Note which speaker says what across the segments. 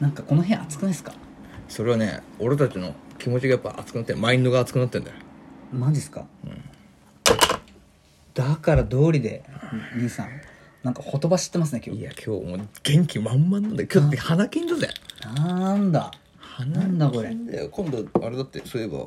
Speaker 1: なんかこの辺熱くないですか
Speaker 2: それはね俺たちの気持ちがやっぱ熱くなってマインドが熱くなってんだよ
Speaker 1: マジっすか、だから道理で兄さんなんかほとばしってますね今
Speaker 2: い
Speaker 1: 日
Speaker 2: や今日もう元気満々なんだよ今日って鼻金だぜ
Speaker 1: なんだなんだこれ
Speaker 2: 鼻金だよ今度あれだってそういえば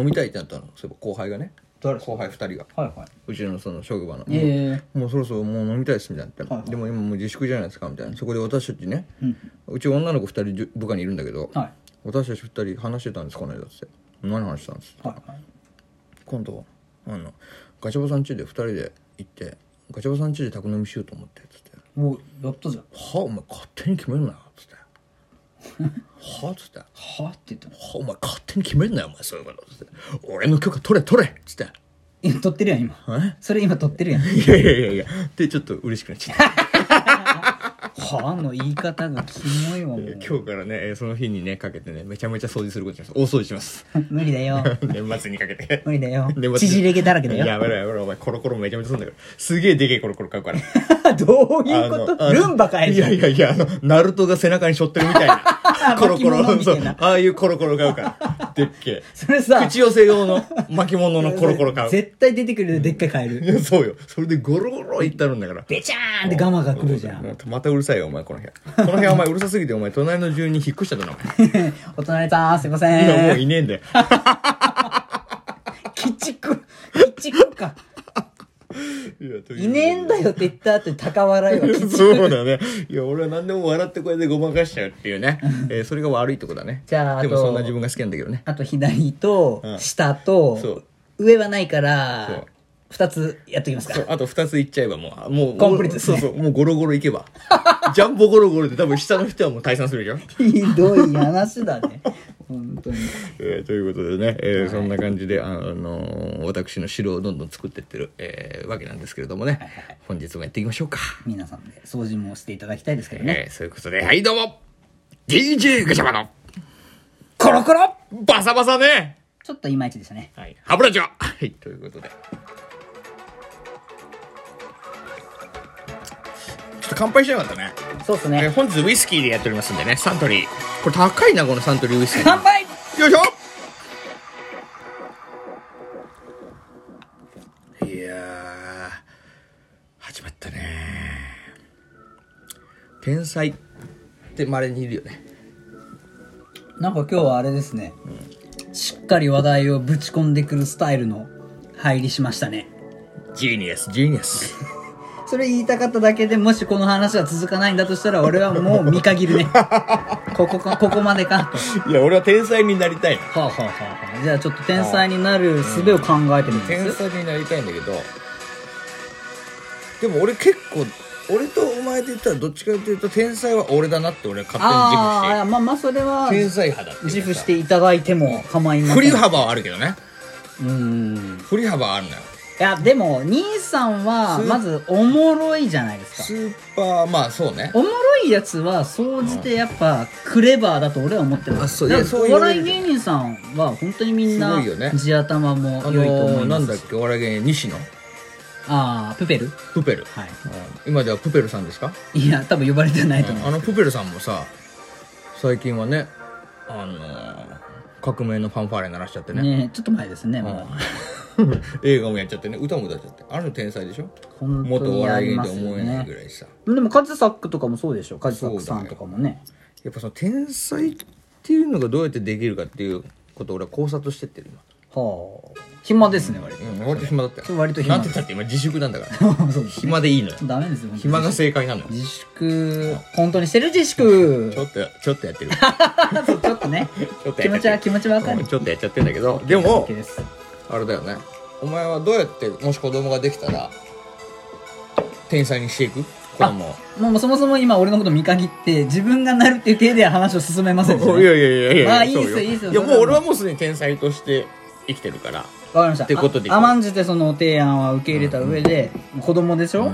Speaker 2: 飲みたいってなったのそういえば後輩がね
Speaker 1: 誰ですか
Speaker 2: 後輩2人が
Speaker 1: はいは
Speaker 2: うちのその職場の、
Speaker 1: いえ
Speaker 2: もうそろそろもう飲みたいですみたいになって、
Speaker 1: はいはい
Speaker 2: でも今もう自粛じゃないですかみたいなそこで私たちね、
Speaker 1: えうん
Speaker 2: うち女の子2人じゅ部下にいるんだけど、
Speaker 1: はい
Speaker 2: 私たち2人話してたんですこの間っつって何話したんです
Speaker 1: はいはい
Speaker 2: 今度あのガチャバさん家で2人で行ってガチャバさん家で宅飲みしようと思ってっつって
Speaker 1: おやったじゃん
Speaker 2: 「はあお前勝手に決めんなよ」つって「はあ」つって「は
Speaker 1: はって言ったの
Speaker 2: あお前勝手に決めんなよお前そういうこと」つって「俺の許可取れ取れ」つって
Speaker 1: いや撮ってるやん今
Speaker 2: 「え
Speaker 1: それ今撮ってるやん
Speaker 2: いやいやいやいや」ってちょっと嬉しくなっちゃった
Speaker 1: はの言い方がキモいわも う
Speaker 2: 今日からねえーその日にねかけてねめちゃめちゃ掃除することにします大掃除します
Speaker 1: 無理だよ
Speaker 2: 年末にかけて
Speaker 1: 無理だよ
Speaker 2: 年末
Speaker 1: 縮れ毛だらけだよ
Speaker 2: やめろやめろお前コロコロめちゃめちゃすんだからすげえでけえコロコロ買うから
Speaker 1: どういう
Speaker 2: あ
Speaker 1: こ
Speaker 2: のあ
Speaker 1: と
Speaker 2: の
Speaker 1: ルンバかい
Speaker 2: いやいやいやあのナルトが背中に背負ってるみたいなコロ コ
Speaker 1: 巻物
Speaker 2: ロ
Speaker 1: みた
Speaker 2: そう
Speaker 1: いな
Speaker 2: ああいうコロコロ買うからでっけえ
Speaker 1: それさ
Speaker 2: 口寄せ用の巻 物のコロコロ買う
Speaker 1: 絶対出てくるでっかいカエル
Speaker 2: いやそうよそれでゴロゴロいってあるんだから
Speaker 1: ベチャーンってガマが来るじゃん
Speaker 2: もうまたうるさいよお前この部 屋この部屋お前うるさすぎてお前隣の住人引っ越しちゃったなお
Speaker 1: お隣さん、 すいま
Speaker 2: 前今も
Speaker 1: せ。
Speaker 2: うんいねえんだよ
Speaker 1: 鬼畜、鬼畜か。 いねえんだよって言った後に高笑いは鬼畜。
Speaker 2: そうだね。いや、俺は何でも笑ってこれでごまかしちゃうっていうね。 えーそれが悪いとこだね。
Speaker 1: じゃあ
Speaker 2: でも
Speaker 1: あと
Speaker 2: そんな自分が好きなんだけどね。
Speaker 1: あと左と
Speaker 2: うん、
Speaker 1: 下
Speaker 2: そ
Speaker 1: と
Speaker 2: う、
Speaker 1: 上はないか
Speaker 2: そう
Speaker 1: ら、二つやっときます
Speaker 2: そう
Speaker 1: か。
Speaker 2: あと2ついっちゃえばもう、もう、
Speaker 1: コンプリートですね
Speaker 2: そうそう、もうゴロゴロいけば。 ジャンボゴロゴロで多分下の人はもう退散するじゃん。
Speaker 1: ひどい話だね。本当に。
Speaker 2: えーということでね、えーそんな感じで、あのー私の城をどんどん作ってってる、えーわけなんですけれどもね、本日もやっていきましょうか。
Speaker 1: 皆さんで掃除もしていただきたいですけどね。
Speaker 2: えーそういうことで、はい、どうも !DJ ガチャバの
Speaker 1: コロコロ
Speaker 2: バサバサね
Speaker 1: ちょっといまいちでしたね。
Speaker 2: はい、歯ブラシははい、ということで。ちょっと乾杯しなかったね。
Speaker 1: そうっす
Speaker 2: えー
Speaker 1: ね。
Speaker 2: 本日ウイスキーでやっておりますんでね、サントリー。これ高いな、このサントリーウイスキー。
Speaker 1: 乾杯
Speaker 2: よいしょいやー、始まったね天才って稀にいるよね。
Speaker 1: なんか今日はあれですね。しっかり話題をぶち込んでくるスタイルの入りしましたね。
Speaker 2: ジーニアス、ジーニアス。
Speaker 1: それ言いたかっただけでもしこの話は続かないんだとしたら俺はもう見限 るねここかここまでか
Speaker 2: いや、俺は天才になりたいの。
Speaker 1: はあはあはあはあじゃあちょっと天才になる術を考えてみます、
Speaker 2: 天才になりたいんだけどでも俺結構俺とお前で言ったらどっちかというと天才は俺だなって俺は勝手に
Speaker 1: ああまあまあそれは
Speaker 2: 自負して天才派だって
Speaker 1: 自負していただいても構いま
Speaker 2: 振
Speaker 1: せ
Speaker 2: り
Speaker 1: ん
Speaker 2: 幅はあるけどね
Speaker 1: うん
Speaker 2: 振り幅はあるのよ
Speaker 1: いやでも兄さんは
Speaker 2: す
Speaker 1: まずおもろいじゃないです
Speaker 2: ス
Speaker 1: か
Speaker 2: ーパーまあそうね
Speaker 1: おもろいやつは総じてやっぱクレバーだと俺は思ってます
Speaker 2: あそうい
Speaker 1: だか
Speaker 2: や
Speaker 1: ら
Speaker 2: そう
Speaker 1: お
Speaker 2: 言われ
Speaker 1: 笑
Speaker 2: る
Speaker 1: い芸人さんは本当にみん
Speaker 2: す
Speaker 1: な
Speaker 2: ごいよね
Speaker 1: 地頭も
Speaker 2: あ
Speaker 1: 良いと思
Speaker 2: の
Speaker 1: い
Speaker 2: な
Speaker 1: ます
Speaker 2: んだっけお笑い芸人西野
Speaker 1: ああプペル
Speaker 2: プペル、
Speaker 1: は
Speaker 2: 今ではプペルさんですか
Speaker 1: いいや多分呼ばれてないと思う、
Speaker 2: あのプペルさんもさ最近はねあの革命のファンファーレ鳴らしちゃってね
Speaker 1: ねちょっと前ですね、もう
Speaker 2: うん映画もやっちゃってね歌も歌っちゃってあの天才でしょ
Speaker 1: 本当
Speaker 2: 元お
Speaker 1: にあ
Speaker 2: 笑い
Speaker 1: り
Speaker 2: 芸人
Speaker 1: ま
Speaker 2: と
Speaker 1: す
Speaker 2: 思
Speaker 1: よ
Speaker 2: えないぐ
Speaker 1: ね
Speaker 2: らいさ
Speaker 1: でもカズサックとかもそうでしょカズサックさんとかもね
Speaker 2: やっぱその天才っていうのがどうやってできるかっていうことを俺は考察してってる
Speaker 1: はあ暇ですね割と
Speaker 2: 今、うん、割と暇だったよ
Speaker 1: 割と暇
Speaker 2: なんて言ったって今自粛なんだから
Speaker 1: そうです
Speaker 2: 暇でいいのよ
Speaker 1: ダメですよ
Speaker 2: 暇が正解なのよ
Speaker 1: 自粛本当にしてる自粛
Speaker 2: ちょっとちょっとやってる
Speaker 1: そうちょっと ね
Speaker 2: ちょっと
Speaker 1: 気
Speaker 2: や
Speaker 1: 持
Speaker 2: っ
Speaker 1: ち
Speaker 2: ちゃ
Speaker 1: は
Speaker 2: って
Speaker 1: 気持ちはわか
Speaker 2: るう
Speaker 1: る
Speaker 2: んちょっとやっちゃってんだけどでも
Speaker 1: OK です
Speaker 2: あれだよねお前はどうやってもし子供ができたら天才にしていく子供を
Speaker 1: もうそもそも今俺のこと見限って自分がなるっていう体では話を進めませんでした
Speaker 2: い
Speaker 1: ね
Speaker 2: やいやいやいや
Speaker 1: まあいいっす
Speaker 2: そう
Speaker 1: いいっすよ
Speaker 2: いやも
Speaker 1: そうれはもう
Speaker 2: 俺はもうすでに天才として生きてるから
Speaker 1: わかりました
Speaker 2: ってことでいこう
Speaker 1: あ甘んじてその提案は受け入れた上で、子供でしょ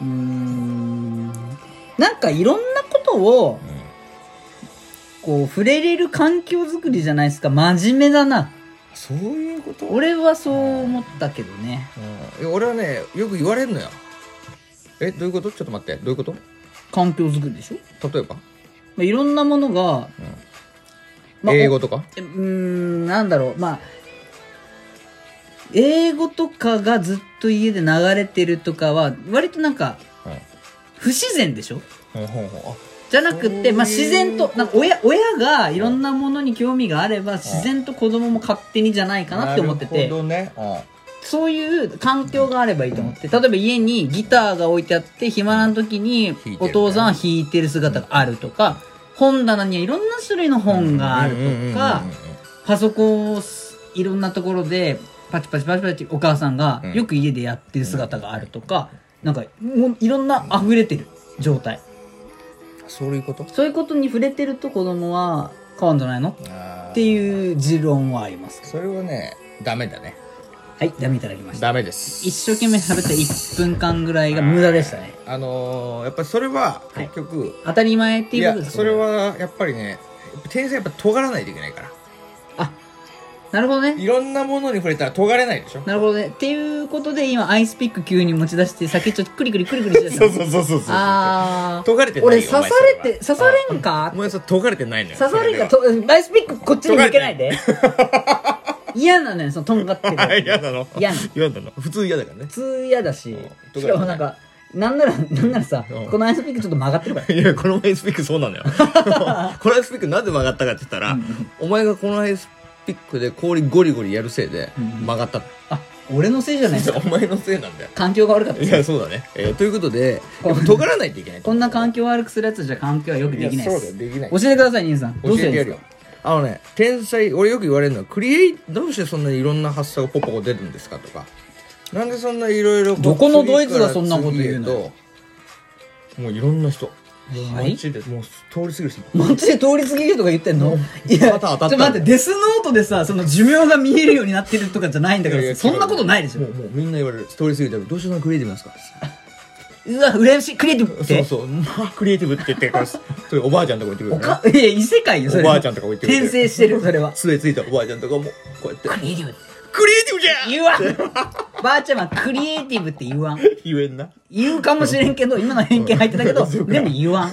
Speaker 1: うーんなんかいろんなことをこう触れれる環境づくりじゃないですか真面目だな
Speaker 2: そういうこと
Speaker 1: 俺はそう思ったけどね
Speaker 2: うんいや俺はねよく言われるのよえどういうことちょっと待ってどういうこと
Speaker 1: 環境づくりでしょ
Speaker 2: 例えば
Speaker 1: まあ、いろんなものが、まあ
Speaker 2: 英語とか
Speaker 1: うーんなんだろうまあ英語とかがずっと家で流れてるとかは割となんか不自然でしょ
Speaker 2: うんほんほんほんあ
Speaker 1: じゃなくって、まあ、
Speaker 2: そういう
Speaker 1: 自然と
Speaker 2: こと
Speaker 1: なんか親親がいろんなものに興味があれば自然と子供も勝手にじゃないかなって思ってて
Speaker 2: なるほどねうん
Speaker 1: そういう環境があればいいと思って例えば家にギターが置いてあって暇な時に
Speaker 2: てるね
Speaker 1: お父さん弾いてる姿があるとか本棚にはいろんな種類の本があるとか
Speaker 2: うんうんうんうんうん
Speaker 1: パソコンをいろんなところでパチパチパチパチお母さんが
Speaker 2: うん
Speaker 1: よく家でやってる姿があるとかなんかもういろんな溢れてる状態
Speaker 2: そういうこと
Speaker 1: そういうことに触れてると子供は変わんじゃないのっ
Speaker 2: ってう
Speaker 1: いう持論はあります
Speaker 2: それはねダメだね
Speaker 1: はいダメいただきました
Speaker 2: ダメです
Speaker 1: 一生懸命喋った1分間ぐらいが無駄でしたね
Speaker 2: あのーやっぱりそれは
Speaker 1: はい
Speaker 2: 結局、
Speaker 1: 当たり前って
Speaker 2: い
Speaker 1: いうこと
Speaker 2: や
Speaker 1: です
Speaker 2: それはやっぱりね天才やっぱ尖らないといけないから
Speaker 1: あなるほどね
Speaker 2: いろんなものに触れたら尖れないでしょ
Speaker 1: なるほどねっていうことで今アイスピック急に持ち出して酒ちょっとクリクリクリクリしてたの
Speaker 2: そうそうそうそう
Speaker 1: あー
Speaker 2: 尖れてないよ
Speaker 1: 俺刺されて
Speaker 2: お前
Speaker 1: 刺されんか
Speaker 2: お前さ尖れてないのよ
Speaker 1: 刺されんか
Speaker 2: そ
Speaker 1: とアイスピックこっちに向けない で嫌なのよそのとんがってる
Speaker 2: れ は嫌なの
Speaker 1: 嫌な
Speaker 2: 嫌なの普通嫌だからね
Speaker 1: 普通嫌だし
Speaker 2: うん
Speaker 1: しかもなんかなんなら なんならさ
Speaker 2: うん
Speaker 1: このアイスピックちょっと曲がってるから
Speaker 2: いや、このアイスピックそうな のよ。このアイスピックなぜ曲がったかって言ったら、お前がこのアイスピックで氷ゴリゴリやるせいで曲がったの。
Speaker 1: あ俺のせいじゃないです
Speaker 2: 実は
Speaker 1: か
Speaker 2: お前のせいなんだよ。
Speaker 1: 環境が悪かった
Speaker 2: いや、そうだね。えーということで、
Speaker 1: こ
Speaker 2: や
Speaker 1: ん
Speaker 2: っぱ尖らないといけない。
Speaker 1: こんな環
Speaker 2: 係
Speaker 1: 境を悪くするやつじゃ環境はよくできない
Speaker 2: そ
Speaker 1: で
Speaker 2: うだよ、
Speaker 1: す
Speaker 2: できない。
Speaker 1: 教えてください兄さんど
Speaker 2: 教
Speaker 1: うした
Speaker 2: え
Speaker 1: らいい
Speaker 2: て
Speaker 1: ん
Speaker 2: やる
Speaker 1: で
Speaker 2: よ
Speaker 1: すか。
Speaker 2: あのね、天才、俺よく言われるのは、クリエイ、どうしてそんなにいろんな発想がポッポコ出るんですかとか。なんでそんないろいろう
Speaker 1: どこのドイツがそんなこと言うのよ
Speaker 2: 次へともういろんな人。
Speaker 1: はい
Speaker 2: 街でもう通り過ぎる人
Speaker 1: 街で通り過ぎるとか言ってんのいや、ちょっ
Speaker 2: 肩当たった
Speaker 1: と待って、デスノートでさ、その寿命が見えるようになってるとかじゃないんだか
Speaker 2: いやい
Speaker 1: ら
Speaker 2: や
Speaker 1: さそんなことないでし
Speaker 2: も
Speaker 1: ょ。
Speaker 2: うもうみんな言われる通り過ぎたらどうしてそんなクリエイティブなんですか
Speaker 1: うわ、羨ましい、クリエイティブっ
Speaker 2: そ
Speaker 1: て
Speaker 2: う。そうまあクリエイティブって言ってからそういうおばあちゃんとか言ってく
Speaker 1: お
Speaker 2: るから
Speaker 1: か、いや、異世界よ、それ。
Speaker 2: おばあちゃんとか置いてくれてる
Speaker 1: 転生してる、それは。
Speaker 2: 杖ついたおばあちゃんとかもこうやって
Speaker 1: クリエイティブ って
Speaker 2: クリエイティブじゃん
Speaker 1: 言わん。ばあちゃんはクリエイティブって言わん。
Speaker 2: 言えんな
Speaker 1: 言うかもしれんけど、今の偏見入ってたけど、
Speaker 2: うんそうか
Speaker 1: でも言わ ん。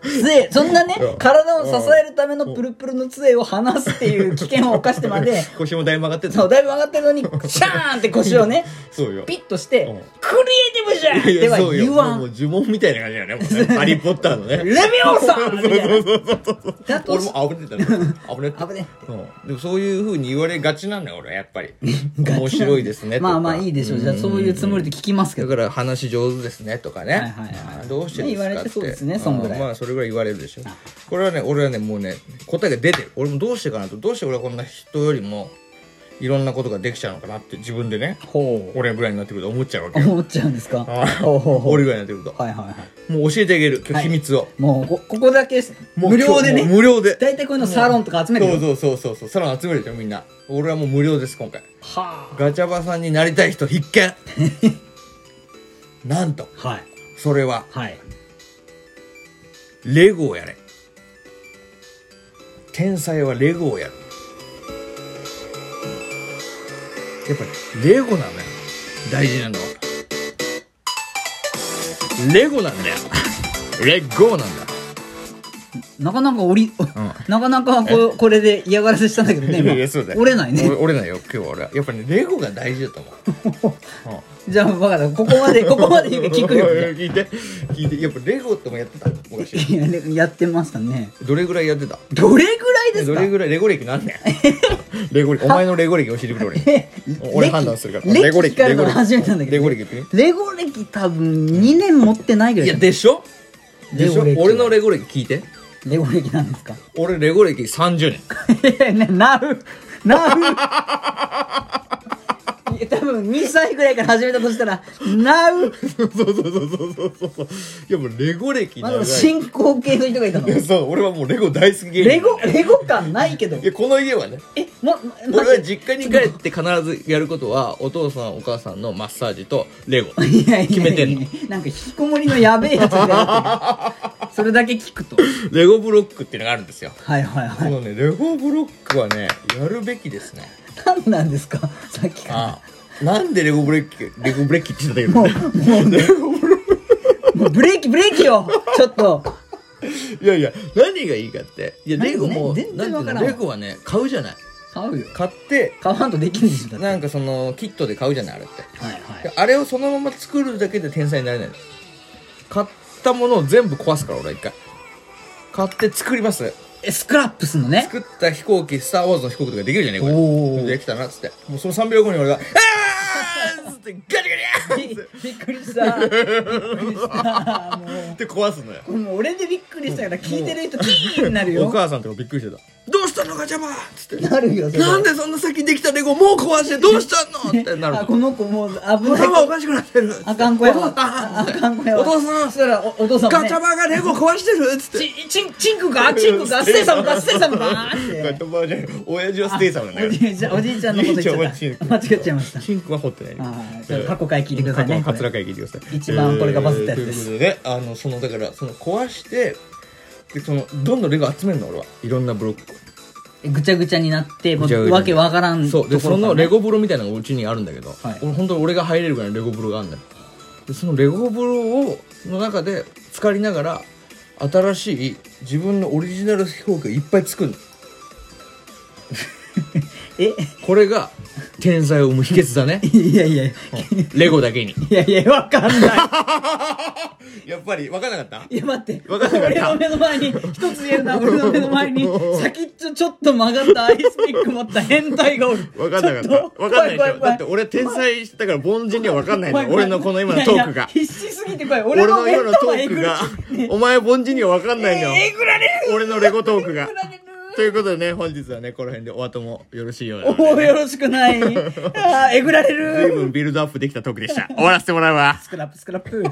Speaker 1: 杖、そんなね
Speaker 2: う、ん
Speaker 1: 体を支えるためのプルプルの杖を離すっていう危険を犯してまで、
Speaker 2: 腰もだいぶ曲がってた
Speaker 1: そう、だいぶ上がってるのに、シャーンって腰をね、
Speaker 2: そうよ
Speaker 1: ピッとして、
Speaker 2: うん
Speaker 1: クリエイティブじゃん
Speaker 2: いやい
Speaker 1: で
Speaker 2: や
Speaker 1: は
Speaker 2: そうよ
Speaker 1: 言わ。
Speaker 2: もうんもう呪文みたいな感じだよねもうね ハリー・ポッターの
Speaker 1: レ
Speaker 2: ね
Speaker 1: ミオさん
Speaker 2: そう
Speaker 1: み
Speaker 2: そう
Speaker 1: たいな。
Speaker 2: そうそうそう
Speaker 1: だと
Speaker 2: 俺
Speaker 1: し
Speaker 2: も危ねえだろ 危ねえ
Speaker 1: 危ね
Speaker 2: うんでもそういうふうに言われがちなんだよ俺はやっぱ り面白いですねとか
Speaker 1: まあまあいいでしょう。じゃあそういうつもりで聞きますけ
Speaker 2: だ
Speaker 1: ど。
Speaker 2: から話上手ですねとかね、
Speaker 1: はいはいはい
Speaker 2: どうしてですかって
Speaker 1: 言われてそうですねそんぐらい
Speaker 2: あまあそれぐらい言われるでしょこれはね俺はねもうね答えが出てる俺もどうしてかなとどうして俺はこんな人よりもいろんなことができちゃうのかなって自分でね
Speaker 1: ほう。
Speaker 2: 俺ぐらいになってくると思っちゃうわ けよ
Speaker 1: 思っちゃうんですか
Speaker 2: あー
Speaker 1: ほうほうほ
Speaker 2: 俺
Speaker 1: う。
Speaker 2: ぐらいになってくる
Speaker 1: はいはいはい。
Speaker 2: ともう教えてあげる今日秘密を、
Speaker 1: もうこ、ここだけ、
Speaker 2: もう
Speaker 1: 無料で
Speaker 2: 今日
Speaker 1: ね。
Speaker 2: もう無料で
Speaker 1: 大体こういうのサロンとか集める
Speaker 2: そう
Speaker 1: よ。
Speaker 2: そうそうそうそうさらに集めるでしょみんな俺はもう無料です今回
Speaker 1: は
Speaker 2: ガチャバさんになりたい人必 見なんと
Speaker 1: あ。はい。
Speaker 2: それは
Speaker 1: はい。
Speaker 2: レゴをやれ天才はレゴをやるやっぱりレゴなんだよ大事なのはレゴなんだよ レゴなんだ
Speaker 1: なかなか折り、
Speaker 2: ん
Speaker 1: なかなかここれで嫌がらせしたんだけどね。今折れないね。
Speaker 2: 折れないよ今日は俺はやっぱり、ね、レゴが大事だと思う、 うん
Speaker 1: じゃあ分かった。ここまで、ここまで言うから聞くよ。
Speaker 2: 聞いて聞いてやっぱレゴってもやってた昔
Speaker 1: いやねやってましたね。
Speaker 2: どれぐらいやってた
Speaker 1: どれぐらいです
Speaker 2: ど
Speaker 1: か
Speaker 2: れぐらいレゴ歴何年 レゴ歴お前のレゴ歴教えてくれ俺
Speaker 1: え
Speaker 2: 俺判断するから
Speaker 1: レ
Speaker 2: レゴ
Speaker 1: ゴ歴
Speaker 2: 歴
Speaker 1: から
Speaker 2: レ
Speaker 1: の
Speaker 2: ゴ歴
Speaker 1: 初めてなんだけど
Speaker 2: レゴ歴って
Speaker 1: レゴ歴多分2年持ってないぐら
Speaker 2: い
Speaker 1: い
Speaker 2: やでしょでしょ
Speaker 1: レゴ歴
Speaker 2: 俺のレゴ歴聞いて
Speaker 1: レゴ歴なんですか
Speaker 2: 俺レゴ歴30年
Speaker 1: えねなうなう いや多分2歳ぐらいから始めたとしたらなう
Speaker 2: そうそうそうそうそうそうそういやもうレゴ歴
Speaker 1: まだ
Speaker 2: 長い
Speaker 1: 進行形の人がいたの
Speaker 2: いやそう俺はもうレゴ大好き芸人
Speaker 1: レゴレゴ感ないけど
Speaker 2: いやこの家はね
Speaker 1: えも
Speaker 2: 俺
Speaker 1: 待
Speaker 2: は
Speaker 1: って
Speaker 2: 実家に帰って必ずやることはお父さんお母さんのマッサージとレゴ
Speaker 1: いやいやいや
Speaker 2: 決めてんの
Speaker 1: なんか引きこもりのやべえやつみたいになってるそれだけ聞くと
Speaker 2: レゴブロックっていうのがあるんですよ
Speaker 1: はいはい
Speaker 2: こ
Speaker 1: はい
Speaker 2: のねレゴブロックはねやるべきですね
Speaker 1: 何なんですかさっきから
Speaker 2: ああなんでレゴブレッキレゴブレッキって言ってたけど
Speaker 1: もう、もう、もうブレーキ、ブレーキよちょっと、
Speaker 2: いやいや何がいいかっていやレゴ
Speaker 1: 何
Speaker 2: も
Speaker 1: ね全然
Speaker 2: なんていう
Speaker 1: わから
Speaker 2: の
Speaker 1: んわ
Speaker 2: レゴはね買うじゃない
Speaker 1: 買うよ
Speaker 2: 買って
Speaker 1: 買わんとできんでしょだって
Speaker 2: なんかそのキットで買うじゃないあれって
Speaker 1: はいは
Speaker 2: で
Speaker 1: い
Speaker 2: あれをそのまま作るだけで天才になれないの買ったものを全部壊すから俺は一回買って作ります
Speaker 1: えスクラップすんのね
Speaker 2: 作った飛行機スター・ウォーズの飛行機とかできるじゃねえか
Speaker 1: おー
Speaker 2: これできたなっつってもうその3秒後に俺が「あーっ!」つってガチガ チ
Speaker 1: びびっくりしたびっくりしたも
Speaker 2: って壊すのよ
Speaker 1: うもう俺でびっくりしたから聞いてる人キーンになるよ
Speaker 2: お母さんとかびっくりしてた「どうしたのガチャマン!」っつって
Speaker 1: なるよそれ
Speaker 2: なんでそんな先できたレゴもう壊してどうしたのってな
Speaker 1: あ
Speaker 2: る
Speaker 1: この子もう危ない
Speaker 2: 頭おかしくなってる
Speaker 1: あかん子や
Speaker 2: お
Speaker 1: わ
Speaker 2: 父さ
Speaker 1: あ
Speaker 2: ん
Speaker 1: あかん子やわ
Speaker 2: お父さん
Speaker 1: そしたらおお父さんも
Speaker 2: ガ
Speaker 1: ね
Speaker 2: チャマンがレゴ壊してるっつって
Speaker 1: ちちんちんくんかちんくんかステイサムかステイサムかーって
Speaker 2: ャマンじゃない親父はステイサム
Speaker 1: おじいちゃんおじいちゃんのこと言っちゃった間違っちゃいました
Speaker 2: シンクは掘ってないね
Speaker 1: はいそれ過去回聞いてくださいね
Speaker 2: 過去の桂回聞いてください
Speaker 1: 一番これがバズったやつです
Speaker 2: えーということであのそのだからその壊してでそのどんどんレゴ集めるの俺はいろんなブロック
Speaker 1: ぐちゃぐちゃになっても
Speaker 2: ぐちゃぐ
Speaker 1: う
Speaker 2: ちゃ
Speaker 1: わけわからん
Speaker 2: そうで
Speaker 1: ところ
Speaker 2: そ
Speaker 1: から
Speaker 2: のレゴ風呂みたいなのがうちにあるんだけど、
Speaker 1: はい
Speaker 2: 俺本当に俺が入れるぐらいのレゴ風呂があるんだよでそのレゴ風呂をの中で浸かりながら新しい自分のオリジナル飛行機をいっぱい作るの
Speaker 1: え
Speaker 2: これが天才を生む秘訣だね
Speaker 1: いやいやい
Speaker 2: レゴだけに
Speaker 1: やいやいやわかんない
Speaker 2: やっぱり分かんなかった
Speaker 1: いや待って
Speaker 2: わかんなかっ
Speaker 1: 俺
Speaker 2: た
Speaker 1: の目の前に一つ言えるな俺の目の前に先っちょちょっと曲がったアイスピック持った変態がおる
Speaker 2: 分かんなかっ
Speaker 1: ちょと
Speaker 2: た分かんない
Speaker 1: 怖
Speaker 2: でし
Speaker 1: 怖
Speaker 2: ょ
Speaker 1: 怖
Speaker 2: だって俺天才だから凡人には分かんないの
Speaker 1: 怖
Speaker 2: よ
Speaker 1: 怖
Speaker 2: 俺のこの今のトークが
Speaker 1: いやいや必死すぎて怖い俺
Speaker 2: 俺
Speaker 1: の
Speaker 2: の
Speaker 1: 目
Speaker 2: 今
Speaker 1: の
Speaker 2: のト
Speaker 1: 前
Speaker 2: ー
Speaker 1: えぐ
Speaker 2: ク
Speaker 1: る
Speaker 2: がお前凡人には分かんないのよ
Speaker 1: えぐられる
Speaker 2: 俺のレゴトーク
Speaker 1: え
Speaker 2: が
Speaker 1: ぐられる
Speaker 2: ということでね本日はねこの辺でお後もよろしいようなので
Speaker 1: おおよろしくないあーえぐられ
Speaker 2: 随
Speaker 1: る
Speaker 2: 分ビルドアップできたトークでした終わらせてもらうわ
Speaker 1: スクラップスクラップ